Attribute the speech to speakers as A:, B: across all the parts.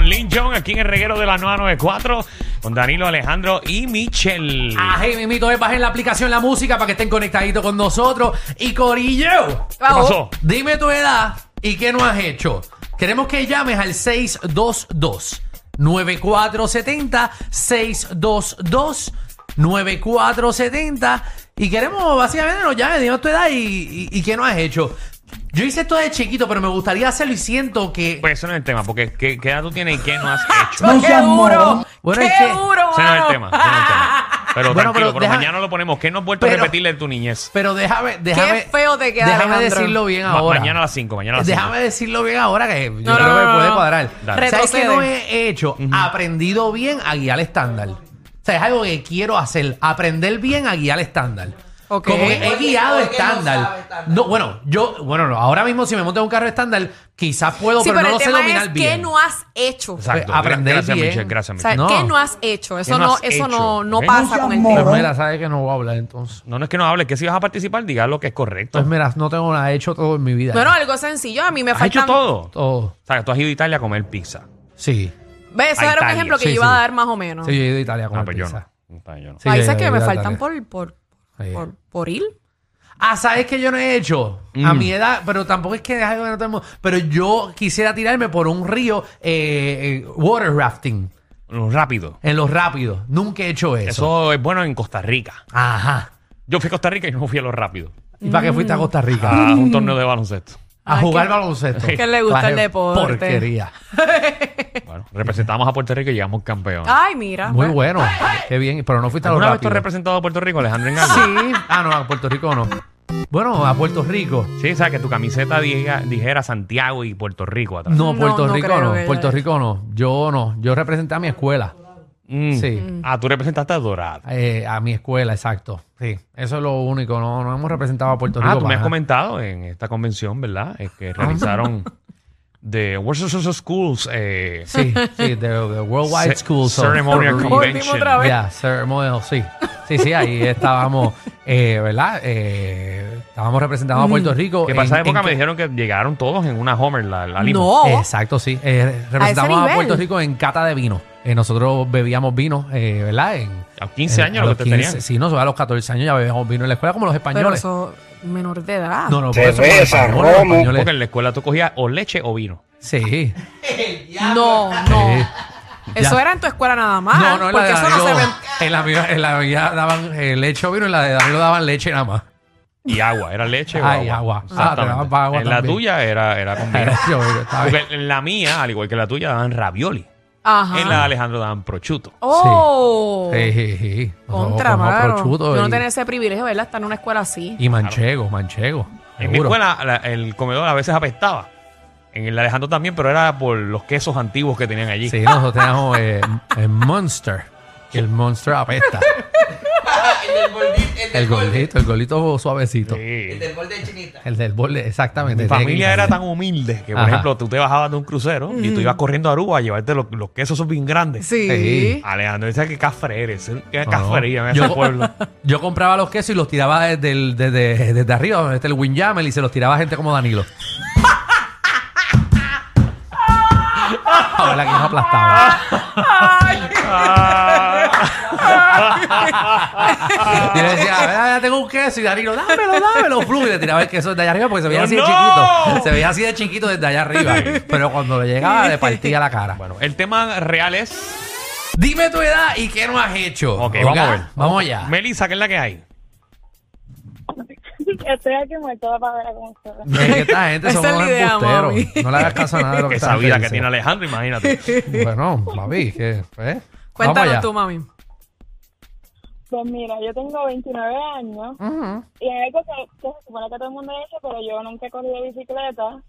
A: Elvin John, aquí en el reguero de la 994, con Danilo Alejandro y Michelle.
B: Ajé, mimito, eh, bajen la aplicación La Música para que estén conectaditos con nosotros. Y Corillo,
A: pasó?
B: dime tu edad y qué no has hecho. Queremos que llames al 622 9470 622 9470 y queremos básicamente nos llames, dime tu edad y, y, y qué no has hecho. Yo hice esto de chiquito, pero me gustaría hacerlo y siento que
A: Pues eso no es el tema, porque ¿qué, qué edad tú tienes y qué no has hecho?
C: No
D: ¡Qué
C: seas
D: duro!
C: morón.
B: Bueno,
D: ¡Qué
B: es que-
D: duro!
A: Ese no es el tema.
D: mano!
A: ese no es el tema. Pero
B: Bueno,
A: tranquilo,
B: pero
A: pero
B: deja-
A: mañana lo ponemos. ¿Qué no has vuelto a
B: Pero-
A: repetirle de tu niñez?
B: Pero déjame, déjame.
D: feo te queda,
B: Déjame
D: Alejandro.
B: decirlo bien
A: Ma-
B: ahora.
A: mañana a las 5, mañana a las 5.
B: Déjame decirlo bien ahora que yo
D: no,
B: creo
D: no,
B: que puede
D: no.
B: cuadrar.
A: Dale.
B: ¿Sabes qué
D: Retrocede.
B: no he hecho? Aprendido bien a guiar estándar. O sea, es algo que quiero hacer. Aprender bien a guiar estándar.
D: Ok.
B: Como que he
C: Porque-
B: guiado
C: porque no sabe
B: estándar.
C: estándar.
B: No, bueno, yo, bueno, no, ahora mismo si me monto en un carro estándar, quizás puedo,
D: Sí,
B: pero,
D: pero,
B: no
D: el
B: lo sé
D: tema
B: dominar
D: es
B: bien.
D: qué no has hecho.
A: Exacto.
B: Pues, aprender
A: gracias,
B: bien.
A: Michelle. Gracias,
D: O
A: Michelle.
D: sea,
B: No.
D: ¿qué no has hecho? Eso
A: ¿Qué no
D: no,
A: has
D: eso no,
A: hecho?
D: no
A: ¿Eh?
D: pasa
C: Mucho
D: con el
C: amor.
D: tema.
B: Pero mira, sabes que no voy a hablar entonces.
A: No, no es que no hables, que si vas a participar, diga lo que es correcto.
B: Entonces, mira, no tengo nada, he hecho todo en mi vida.
D: Bueno, algo sencillo. A mí me
A: ¿Has
D: faltan...
A: hecho todo? O
B: todo.
A: sea, tú has ido a Italia a comer
B: Ah,
A: pizza.
B: Sí.
D: ¿Ves? Eso
A: A
D: era un
A: Italia.
D: ejemplo que
B: Sí,
D: yo iba
B: sí.
D: a dar más o menos.
B: Sí, yo he ido a Italia con
A: Ah, pues yo
B: pizza.
A: no. Ah, yo no.
B: Sí,
D: Países
B: yo he
D: que
B: ido
D: me
B: a
D: faltan
B: Italia.
D: por, por,
B: Sí.
D: por, por ir.
B: Ah, ¿sabes que yo no he hecho? A
A: Mm.
B: mi edad, pero tampoco es que es algo que no tenemos. Pero yo quisiera tirarme por un río eh, eh, water rafting
A: No, Rápido.
B: en los rápidos. Nunca he hecho eso.
A: Eso es bueno en Costa Rica.
B: Ajá.
A: Yo fui a Costa Rica y no fui a los rápidos.
B: ¿Y para qué fuiste
D: Mm.
B: a Costa Rica?
A: A un torneo de baloncesto.
B: A
D: Ay,
B: jugar
D: que-
B: baloncesto.
D: que le gusta
B: Clase
D: el
B: de
D: deporte.
B: Porquería.
A: Bueno, representamos a Puerto Rico y llegamos campeones.
B: Ah,
D: Ay, mira. pues,
B: Muy bueno. Qué bien. Pero no fuiste a los
A: ¿Alguna vez tú has
B: rápidos.
A: representado a Puerto Rico, Alejandro en algo?
B: Sí. Ah, no, a Puerto Rico no. Bueno, a Puerto Rico.
A: Sí, o sea, que tu camiseta diga- dijera Santiago y Puerto Rico atrás.
B: No,
D: No,
B: Puerto
D: no
B: Rico
D: creo
B: no.
D: que haya
B: Puerto
D: hecho.
B: Rico no. Yo no. Yo representé a mi escuela.
A: Mm.
B: Sí.
A: Ah, tú representaste a Dorado.
B: Eh, a mi escuela, exacto. Sí, eso es lo único. No, no hemos representado a Puerto Rico.
A: Ah, tú me
B: para
A: has
B: nada.
A: comentado en esta convención, ¿verdad? Es que realizaron de Worcester Schools eh,
B: Sí, sí, de, de Worldwide
A: ce-
B: Schools. of
A: Ceremonial
B: Puerto Rico.
A: Convention.
D: otra vez.
B: Yeah, ceremonial, sí. Sí, sí, ahí estábamos, eh, ¿verdad? Eh, estábamos representando a Puerto Rico.
A: Que para esa
B: en-
A: época
B: en
A: me
B: que-
A: dijeron que llegaron todos en una Homer, la, la lima.
D: No.
B: Exacto, sí. Eh, representamos a,
D: "Oh". nivel.
B: Puerto Rico en cata de vino. Eh, nosotros bebíamos vino, eh, ¿verdad? En,
A: A 15
B: en-
A: años
B: a
A: lo
B: los
A: que te tenían.
B: Sí, nosotros a los 14 años ya bebíamos vino en la escuela como los
D: Pero
B: españoles.
D: eso, menor de edad.
B: No, no, por eso como los
C: Cerveza,
B: españoles, los
C: romo.
B: españoles.
A: Porque en la escuela tú cogías o leche o vino.
B: Sí.
D: No, no.
B: Sí.
D: Eso
B: Ya.
D: era en tu escuela nada más.
B: no, no, en la
D: Ah, porque
B: de
D: eso no se
B: Danilo-
D: ve.
B: En la mía, en la mía daban eh, leche o vino, en la de Danilo daban leche nada más.
A: Y agua, era leche o
B: Ay, agua. Ah,
A: agua.
B: te
A: Exactamente.
B: daban pa' agua
A: en la
B: también.
A: tuya era, era con vino.
B: Leche o vino, está bien.
A: Porque en la mía, al igual que la tuya, daban ravioli.
D: Ajá.
B: Ah.
A: En la de Alejandro daban prochuto.
D: Oh.
B: Sí, sí, sí. Nosotros
D: Contra,
B: comíamos
D: mano.
B: prosciutto
D: Yo no
B: y-
D: tenía ese privilegio, ¿verdad? Estar en una escuela así.
B: Y manchego, manchego.
A: En mi
B: seguro.
A: escuela la- el comedor a veces apestaba. En el de Alejandro también, pero era por los quesos antiguos que tenían allí.
B: Sí, nosotros teníamos eh, el Monster. Que el Monster apesta.
C: El del gordito. El
B: El
C: del gordito.
B: golito, el golito suavecito.
C: El del borde de chinita.
B: El del borde, exactamente.
A: Mi
B: Tiene que
A: familia
B: quitarle.
A: era tan humilde que, por
B: Ajá.
A: ejemplo, tú te bajabas de un crucero y tú ibas corriendo a Aruba a llevarte los, los quesos esos bien grandes.
D: Sí.
B: Sí. Ah,
A: Alejandro decía que cafre eres, que
B: No,
A: cafrería en
B: Ah, yo-
A: ese pueblo.
B: Yo compraba los quesos y los tiraba desde, el- desde, desde arriba, donde está el Windjammer, y se los tiraba a gente como Danilo. Ahora que nos aplastaba.
A: Ah.
B: Y yo decía, a ver, a ver, tengo un queso. Y Danilo, dámelo, dámelo. Flu, y le tiraba el queso desde allá arriba porque se veía
A: Yo,
B: así de
A: "No".
B: chiquito. Se veía así de chiquito desde allá arriba. Pero cuando le llegaba, le partía la cara.
A: Bueno, el tema real es.
B: Dime tu edad y qué no has hecho.
A: Ok,
B: Olga,
A: vamos a ver.
B: Vamos allá.
A: Melissa, ¿qué es la que hay?
E: Estoy aquí muerta para ver con ustedes.
B: Es que esta gente
D: Esa
B: son
D: es la
B: unos
D: idea,
B: embusteros.
D: mami.
B: No le hagas caso a nada de lo que
A: Esa
B: esta gente
A: vida que
B: dice.
A: tiene Alejandro, imagínate.
B: Bueno, papi, que ¿eh? Vamos allá.
D: Cuéntanos tú, mami.
E: Pues mira, yo tengo 29 años y hay algo que, que se supone que todo el mundo dice, pero yo nunca he corrido bicicleta.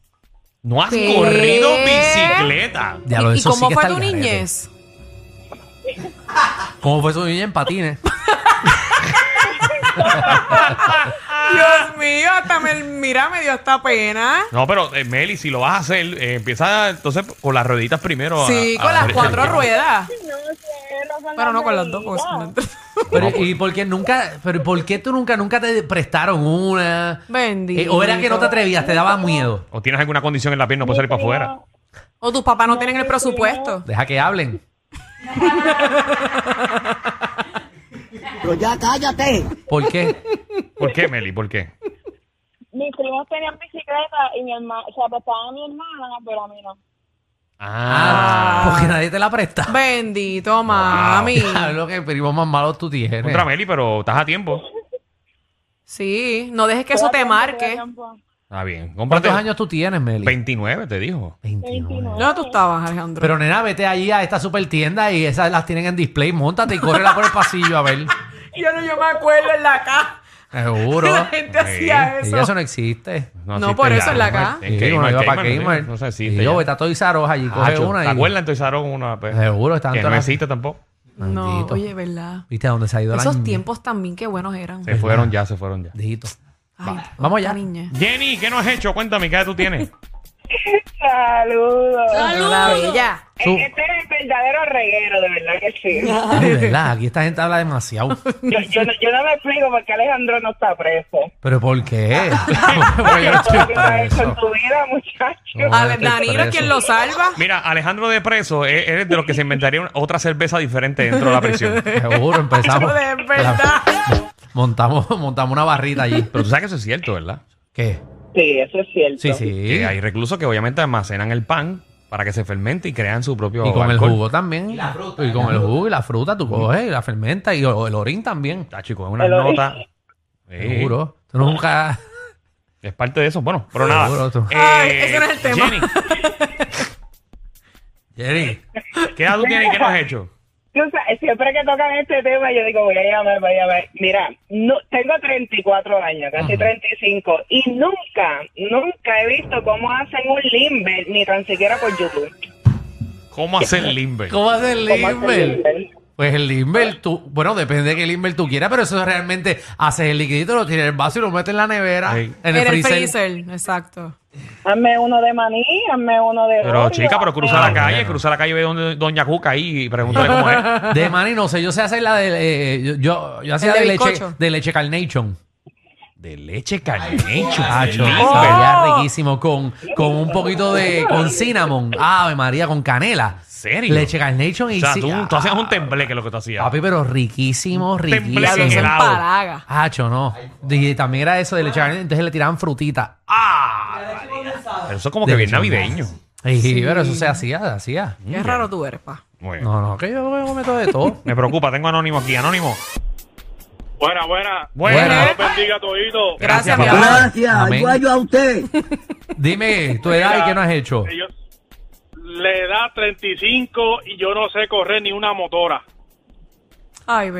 A: No has
D: ¿Qué?
A: corrido bicicleta.
B: Ya lo
D: ¿Y,
B: de
D: y
B: eso sí
D: cómo
B: que
D: fue
B: está
D: tu
B: al garete.
D: niñez?
B: ¿Cómo fue su niñez en patines?
D: Dios mío, hasta me, mira, me dio hasta pena.
A: No, pero eh, Meli, si lo vas a hacer, eh, empieza entonces con las rueditas primero. a-
D: Sí,
A: a-
D: con
A: a-
D: las cuatro ruedas.
E: No sé, no son
D: Pero no con las dos, porque
E: medidas.
D: si no entra-
B: Pero, ¿y por qué nunca, pero por qué tú nunca, nunca te prestaron una?
D: Bendito.
B: Eh, o era que no te atrevías, te daba miedo.
A: O tienes alguna condición en la piel, no puedes salir para
E: Mi primo-
A: afuera.
D: O tus papás no tienen el presupuesto.
B: Deja que hablen.
F: Pero ya cállate.
B: ¿Por qué?
A: ¿Por qué, Meli? ¿Por qué?
E: Mis primos tenían bicicleta y mi hermana, se la prestaba a pues, mi hermana, pero a mí no.
B: Ah, porque nadie te la presta.
D: Bendito, mami.
B: ¿Sabes lo que primo más malo tú tienes?
A: Contra Meli, pero estás a tiempo.
D: Sí, no dejes que eso te marque.
A: Está bien.
B: ¿Cuántos
A: Cómprate
B: años tú tienes, Meli?
A: 29, te dijo.
B: 29.
D: No, tú estabas, Alejandro.
B: Pero nena, vete allí a esta super tienda y esas las tienen en display. Móntate y córrela por el pasillo a ver.
D: yo no, yo me acuerdo en la caja.
B: Seguro.
D: La gente hacía
B: Y
D: eso.
B: eso no existe.
D: No,
A: existe
D: por eso
A: ya,
D: en la
A: no,
D: caja.
A: en
B: Sí, uno
A: Kmart,
B: iba para
A: Kmart,
B: Kmart.
A: No se
B: Y
A: existe.
B: yo,
A: ya.
B: vete a Toys R Us allí, coge
A: Hacho,
B: una
A: ¿Te
B: y...
A: acuerdas? Entonces usaron una. pues,
B: Seguro, estaban
A: Que no
B: todas las-
A: existe tampoco.
D: No,
B: Maldito.
D: oye, ¿verdad?
B: ¿Viste a dónde se ha ido la
D: Esos
B: niña?
D: tiempos también, qué buenos eran.
A: Se fueron ya, se fueron ya.
B: Maldito.
D: Ay,
B: Vamos allá.
D: esta niña.
A: Jenny, ¿qué no has hecho? Cuéntame, ¿qué edad tú tienes?
E: Saludos.
D: Maravilla.
B: Su-
E: Este es el verdadero reguero, de verdad que sí.
B: Ay, de verdad, aquí esta gente habla demasiado.
E: Yo, yo no, yo no me explico por qué Alejandro no está preso.
B: ¿Pero por qué? Porque yo estoy
E: ¿Qué has hecho
B: preso.
E: en tu vida, muchacho?
B: No,
D: A
B: yo
D: ver,
B: estoy
D: Danilo es
B: preso.
D: quien lo salva.
A: Mira, Alejandro de preso, e- eres de los que se inventaría una- otra cerveza diferente dentro de la prisión.
B: Seguro, empezamos.
D: Hijo de verdad.
B: Montamos, montamos una barrita allí.
A: Pero tú sabes que eso es cierto, ¿verdad?
B: ¿Qué?
E: Sí, eso es cierto.
B: Sí, sí.
A: Que hay reclusos que obviamente almacenan el pan para que se fermente y crean su propio
B: Y con el
A: alcohol. Mm.
B: jugo también. Y, con el jugo y la fruta tú coges y la fermenta y o- el orín también.
A: Está chico, es una
E: El orín.
A: nota. Sí,
B: Seguro. Tú nunca...
A: Es parte de eso. Bueno, pero nada. Eh,
B: Seguro, tú.
D: Ay, ese no es el tema.
A: Jenny,
B: Jerry.
A: ¿qué edad tú tienes y qué no has hecho?
E: Tú sabes, siempre que tocan este tema, yo digo, voy a llamar, voy a llamar. Mira, no, tengo 34 años, casi 35, y nunca, nunca he visto cómo hacen un limber, ni tan siquiera por YouTube.
A: ¿Cómo hacer limber?
B: ¿Cómo hace el
E: ¿Cómo hacen
B: limber?
E: limber?
B: Pues el limber, tú... Bueno, depende de qué limber tú quieras, pero eso es realmente... Haces el liquidito, lo tiras en el vaso y lo metes en la nevera,
A: Sí.
B: en el freezer.
D: exacto.
E: Hazme uno de maní, hazme uno de.
A: Pero
E: Oreo,
A: chica, pero cruza
B: Ah,
A: la
E: hazme-
A: calle, cruza la calle, ve donde Doña Cuca ahí y pregúntale cómo es.
B: De maní, no sé. Yo sé hacer la de... eh, yo, yo, yo hacía
D: de
B: de leche,
D: bizcocho.
B: de leche carnation.
A: De leche carnecho.
B: Acho,
A: Limber.
B: sabía riquísimo con, con un poquito de con cinnamon, ave María con canela,
A: serio?
B: leche carnation y
A: O sea,
B: ci-
A: tú, tú
B: ah,
A: hacías un tembleque lo que tú hacías.
B: papi, pero riquísimo,
A: tembleque
D: Diablo,
A: en
D: eso
A: el
B: riquísimo.
A: agua.
D: empalaga.
B: Acho, no. Y también era eso de leche carnation, entonces le tiraban frutita.
A: ¡Ah! Pero eso es como que
B: De
A: bien
B: leche
A: navideño.
B: Y pero eso se hacía, se hacía.
D: Qué raro tú eres, pa.
A: Bueno,
B: No, no, que yo me meto de todo.
A: me preocupa, tengo anónimo aquí. Anónimo.
G: Buena, buena.
A: Bueno.
B: Buena.
G: Dios los bendiga todito.
A: Gracias,
D: Gracias, mi amor.
F: Gracias.
B: Amén.
F: Yo ayudo a usted.
B: Dime tu edad y qué no has hecho.
G: Ellos le da 35 y yo no sé correr ni una motora.
D: Ay,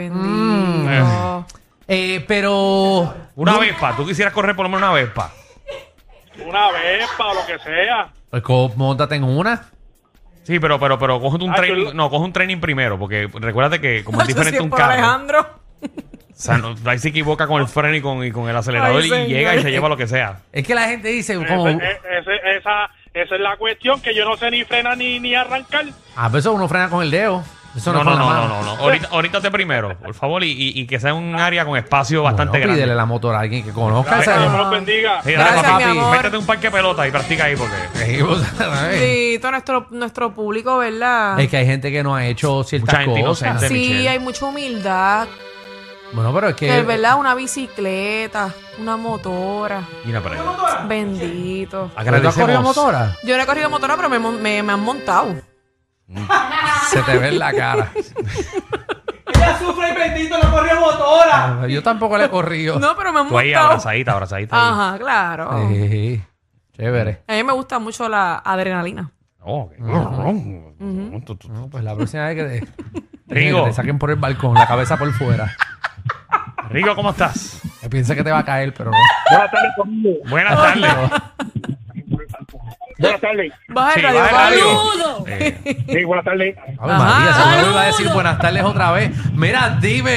D: bendito.
B: Eh, pero
A: Una vespa. ¿Tú quisieras correr por lo menos una vespa?
G: Una vespa o lo que sea.
B: pues, co- móntate en una.
A: Sí, pero, pero, pero coge un
G: Ah,
A: training.
G: yo-
A: No, coge un training primero, porque recuérdate que como es
D: Eso
A: diferente
D: sí
A: un
D: por
A: carro.
D: Alejandro.
A: O sea, no- ahí se equivoca con el freno y con, y con el acelerador
D: Ay,
A: y
D: señor.
A: llega y se lleva lo que sea.
B: Es que la gente
A: Eh,
B: dice como
A: pues,
G: Ese- e- ese- esa, esa es la cuestión, que yo no sé ni frenar ni, ni arrancar.
B: a veces "Ah, uno frena con el dedo. Eso no,
A: No,
B: es
A: no,
B: con la
A: no,
B: mano.
A: no, no, no. Ahorita, ahorita te primero, por favor, y, y- y que sea un área con espacio bastante
B: Bueno,
A: grande.
B: Pídele la motor a alguien que conozca.
G: Que
B: esa-
G: Dios me los bendiga.
A: Sí, dale,
D: Gracias,
A: papi.
D: mi amor.
A: Métete un parque de pelota y practica ahí porque.
B: Sí, o sea,
A: Eh.
B: ¿sabes?
D: Bendito nuestro, nuestro público, ¿verdad?
B: Es que hay gente que no ha hecho ciertas
A: Mucha gente
B: cosas.
A: inocente.
D: Sí,
A: Michelle.
D: hay mucha humildad.
B: Bueno, pero es que.
D: Que, ¿Verdad? Una bicicleta, una motora.
A: Mira para allá.
D: Bendito.
B: ¿Pero tú has corrido
A: Agradecemos.
B: motora?
D: Yo no he corrido motora, pero me, mon- me, me han montado.
B: Se te ve en la cara.
C: Ella sufre y bendito no corrió motora.
B: Ah, Yo tampoco le he corrido.
D: No, pero me han
A: Tú ahí
D: montado.
A: abrazadita, abrazadita. ahí. Eh.
D: Ajá, claro.
B: Sí, Chévere.
D: A mí me gusta mucho la adrenalina.
A: Oh, qué- Tu, tu, tu.
B: No, pues la próxima vez que te,
A: Rigo.
B: que te saquen por el balcón, la cabeza por fuera.
A: Rico, ¿cómo estás?
B: Que piensa que te va a caer, pero no.
G: Buenas tardes conmigo.
A: Buenas tardes.
G: Buenas tardes.
D: Baja
A: Sí,
D: el radio.
A: baja el
D: baja el
A: radio.
D: radio.
A: Eh,
G: Sí, buenas tardes.
B: Ave
D: Ajá,
B: María, seguro
D: saludos.
B: que iba a decir buenas tardes otra vez. Mira, dime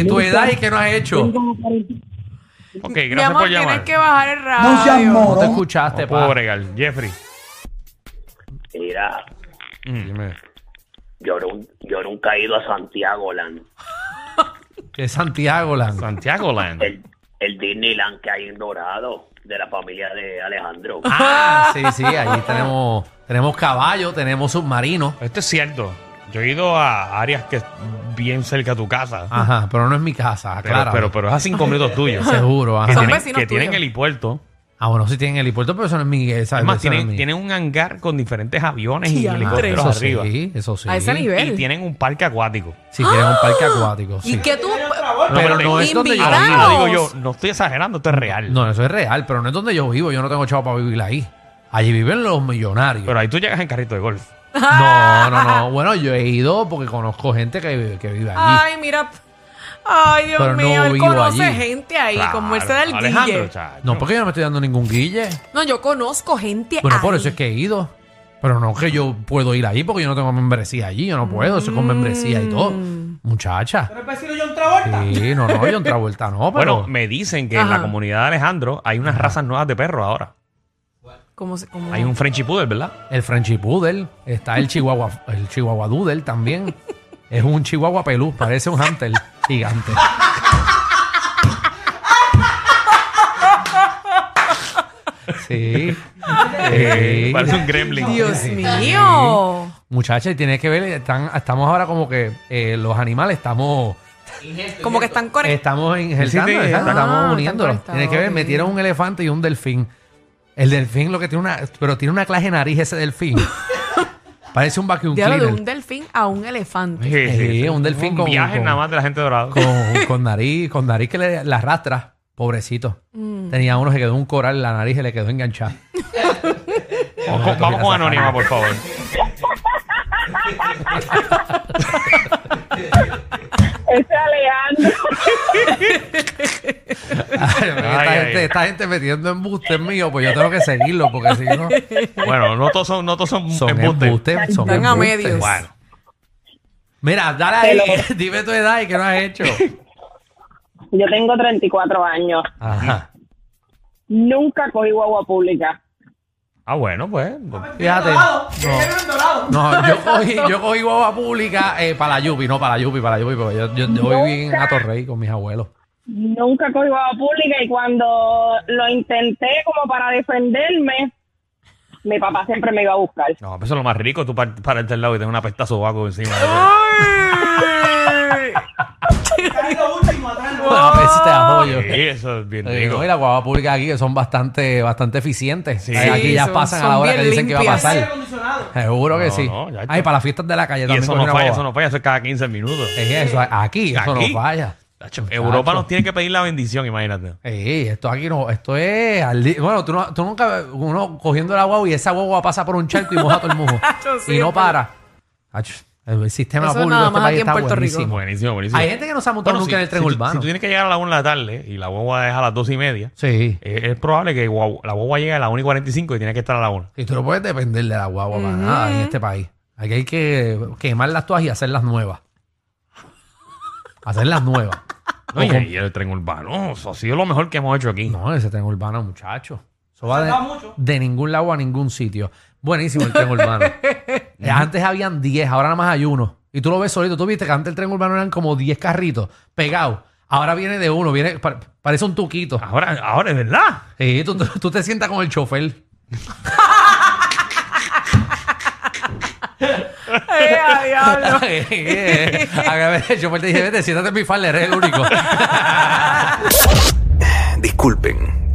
B: eh, tu edad y qué no has hecho. No
A: ok,
D: Mi
A: gracias
D: amor,
A: por
D: tienes
A: llamar.
D: que bajar el
F: No seas
D: radio.
B: te
F: morón.
B: escuchaste,
C: Oh,
A: No
B: pa.
A: puedo bregar. Jeffrey.
H: Mira,
A: Mm, dime.
H: yo, nun- yo nunca he ido a Santiago Land,
B: Que es Santiago, la.
A: Santiago Land.
H: el, el Disneyland que hay en Dorado. de la familia de Alejandro.
B: Ah, sí, sí, allí tenemos, tenemos caballo, tenemos submarino.
A: Esto es cierto. Yo he ido a áreas que es bien cerca a tu casa.
B: Ajá, pero no es mi casa,
A: pero,
B: Ah, claro.
A: pero, pero es a cinco minutos tuyos.
B: Seguro,
A: Que
B: ajá.
D: Son
A: tienen,
D: vecinos
A: que tienen
D: tuyos.
A: helipuerto.
B: Ah, bueno, sí tienen helipuerto, pero eso no es mi. esa-
A: Es más,
B: eso no es
A: tienen,
B: mi- Ah,
A: tienen un hangar con diferentes aviones y
D: Sí, ah,
A: helicópteros
B: eso
A: arriba.
B: sí, eso sí.
D: A ese nivel. ¡Ah!
A: Y tienen un parque acuático.
B: Sí, tienen un parque acuático.
D: ¿Y
B: sí.
D: qué tú?
A: No,
B: Pero
A: espérate.
B: no es donde yo
A: Ahora
D: Invitados.
B: vivo.
A: digo yo, no estoy exagerando, esto es real.
B: No, eso es real, pero no es donde yo vivo. Yo no tengo chavo para vivir ahí. Allí viven los millonarios.
A: Pero ahí tú llegas en carrito de golf.
B: No, no, no. Bueno, yo he ido porque conozco gente que, que vive allí.
D: Ay, mira. Ay, Dios
B: Pero no
D: mío, él
B: vivo
D: conoce
B: allí.
D: gente ahí, como él se da
A: Claro,
D: el
A: Alejandro,
D: guille.
A: chacho.
B: no, pues, porque yo no me estoy dando ningún guille.
D: No, yo conozco gente
B: Bueno, por
D: ahí.
B: eso es que he ido. Pero no que yo puedo ir allí porque yo no tengo membresía allí. Yo no puedo. Eso es con membresía y todo.
D: Mm.
B: Muchacha.
C: ¿Pero el
A: pues,
C: vecino John Travolta?
B: Sí, no, no, yo otra vuelta no, pero.
A: Bueno, me dicen que en la
D: Ajá.
A: comunidad de Alejandro hay unas razas nuevas de perros ahora.
D: ¿Cómo se- cómo?
A: Hay un Frenchie Poodle, ¿verdad?
B: El Frenchie Poodle, está el Chihuahua, el Chihuahua Doodle también. Es un Chihuahua pelú, parece un Hunter gigante. Sí.
A: Eh,
B: Sí.
A: parece un gremlin.
D: Dios
B: Sí.
D: mío.
B: Muchachos, tienes que ver, están, estamos ahora como que eh, los animales estamos,
D: Como que están conectados.
B: estamos injertando,
A: Sí, sí,
B: exacto,
A: ah,
B: estamos
D: están
B: uniéndolos.
D: conectados,
B: Tienes que ver,
D: ok.
B: metieron un elefante y un delfín. El delfín lo que tiene una, pero tiene una clase de nariz ese delfín. Parece un vacuum
D: Diablo, de
B: cleaner.
D: un delfín a un elefante.
A: Sí, sí,
B: Sí,
A: sí.
B: un delfín con-
A: viaje
B: con-
A: nada más de la gente dorada.
B: con, con nariz, con nariz que le, la arrastra, pobrecito. Tenía uno que quedó un coral, la nariz se le quedó enganchada.
A: Vamos con- vamos con Anónima, por favor.
E: Ese Alejandro.
B: Ay, esta,
A: ay,
B: gente,
A: ay.
B: esta gente metiendo embustes mío, pues yo tengo que seguirlo, porque si no,
A: Bueno, no todos son, no todos son,
B: son
A: embustes.
B: embustes. son
D: Están a
B: embustes.
D: medios.
A: Bueno,
B: Mira, dale ahí, dime tu edad y qué no has hecho.
E: Yo tengo 34 años.
B: Ajá.
E: Nunca cogí guagua pública.
A: ah, bueno, pues.
B: Fíjate.
C: Dorado.
B: No.
C: Era un dorado.
B: No, yo cogí, yo cogí guagua pública eh, para la Yupi, no para la Yupi, para la Yupi, porque yo, yo, yo viví en Atorrey con mis abuelos.
E: Nunca cogí guagua pública y cuando lo intenté como para defenderme, mi papá siempre me iba a buscar.
A: No, pero pues eso es lo más rico, tú par- pararte al lado y tener una pesta sobaco encima.
D: Ay.
C: Ahí lo último, atrás no.
B: A veces Ah, pues, te apoyo.
A: Sí, eso es bien
B: Eh,
A: rico.
B: no, y las guaguas públicas aquí que son bastante, bastante eficientes.
A: Sí.
B: Eh, aquí
D: Sí,
B: ya
D: son-
B: pasan a
D: son
B: la hora que
D: bien
B: dicen que va a
D: limpias.
C: Aire
B: pasar.
C: acondicionado.
B: Seguro que
A: No,
B: sí.
A: no, ya está.
B: Ay, para las fiestas de la calle
A: Y
B: también.
A: eso
B: con
A: no
B: una
A: falla,
B: guagua.
A: eso no falla, eso es cada 15 minutos.
B: Es eso, aquí, eso
A: Aquí.
B: no falla.
A: Tacho,
B: Muchacho.
A: Europa nos tiene que pedir la bendición, imagínate.
B: Ey, esto aquí no, esto es al di- Bueno, tú, no- tú nunca, uno cogiendo la guagua y esa guagua pasa por un charco y moja todo el mundo.
D: Yo
B: y
D: sí,
B: no
D: pero-
B: para. Tacho, el sistema
D: Eso
B: público de
D: nada
B: este
D: más
B: país
D: aquí en
B: está
D: Puerto Rico.
B: buenísimo.
A: Buenísimo, buenísimo.
B: Hay gente que no se ha montado
A: Bueno,
B: nunca en el tren
A: si tú-
B: urbano.
A: si tú tienes que llegar a la 1 de la tarde y la guagua deja a las 2 y media,
B: sí.
A: eh, es probable que guau- la guagua llegue a las 1 y 45 y tiene que estar a la 1.
B: Y tú no puedes depender de la guagua para nada en este país. Aquí hay que quemarlas todas y hacerlas nuevas. Hacerlas nuevas.
A: No, y,
B: Ojo.
A: y el tren urbano, eso ha sido lo mejor que hemos hecho aquí.
B: No, ese tren urbano, muchacho. Eso va
C: Se va
B: de,
C: mucho.
B: de ningún lado a ningún sitio. Buenísimo el tren urbano. Eh, antes habían 10, ahora nada más hay uno. Y tú lo ves solito. Tú viste que antes el tren urbano eran como 10 carritos pegados. Ahora viene de uno, viene pa- parece un tuquito.
A: Ahora, ahora es verdad.
B: Sí, tú, tú- tú te sientas con el chofer.
D: Ay, a diablo.
B: Eh, Acá el chofer te dice, vete, siéntate en mi falda, eres el único.
I: Disculpen,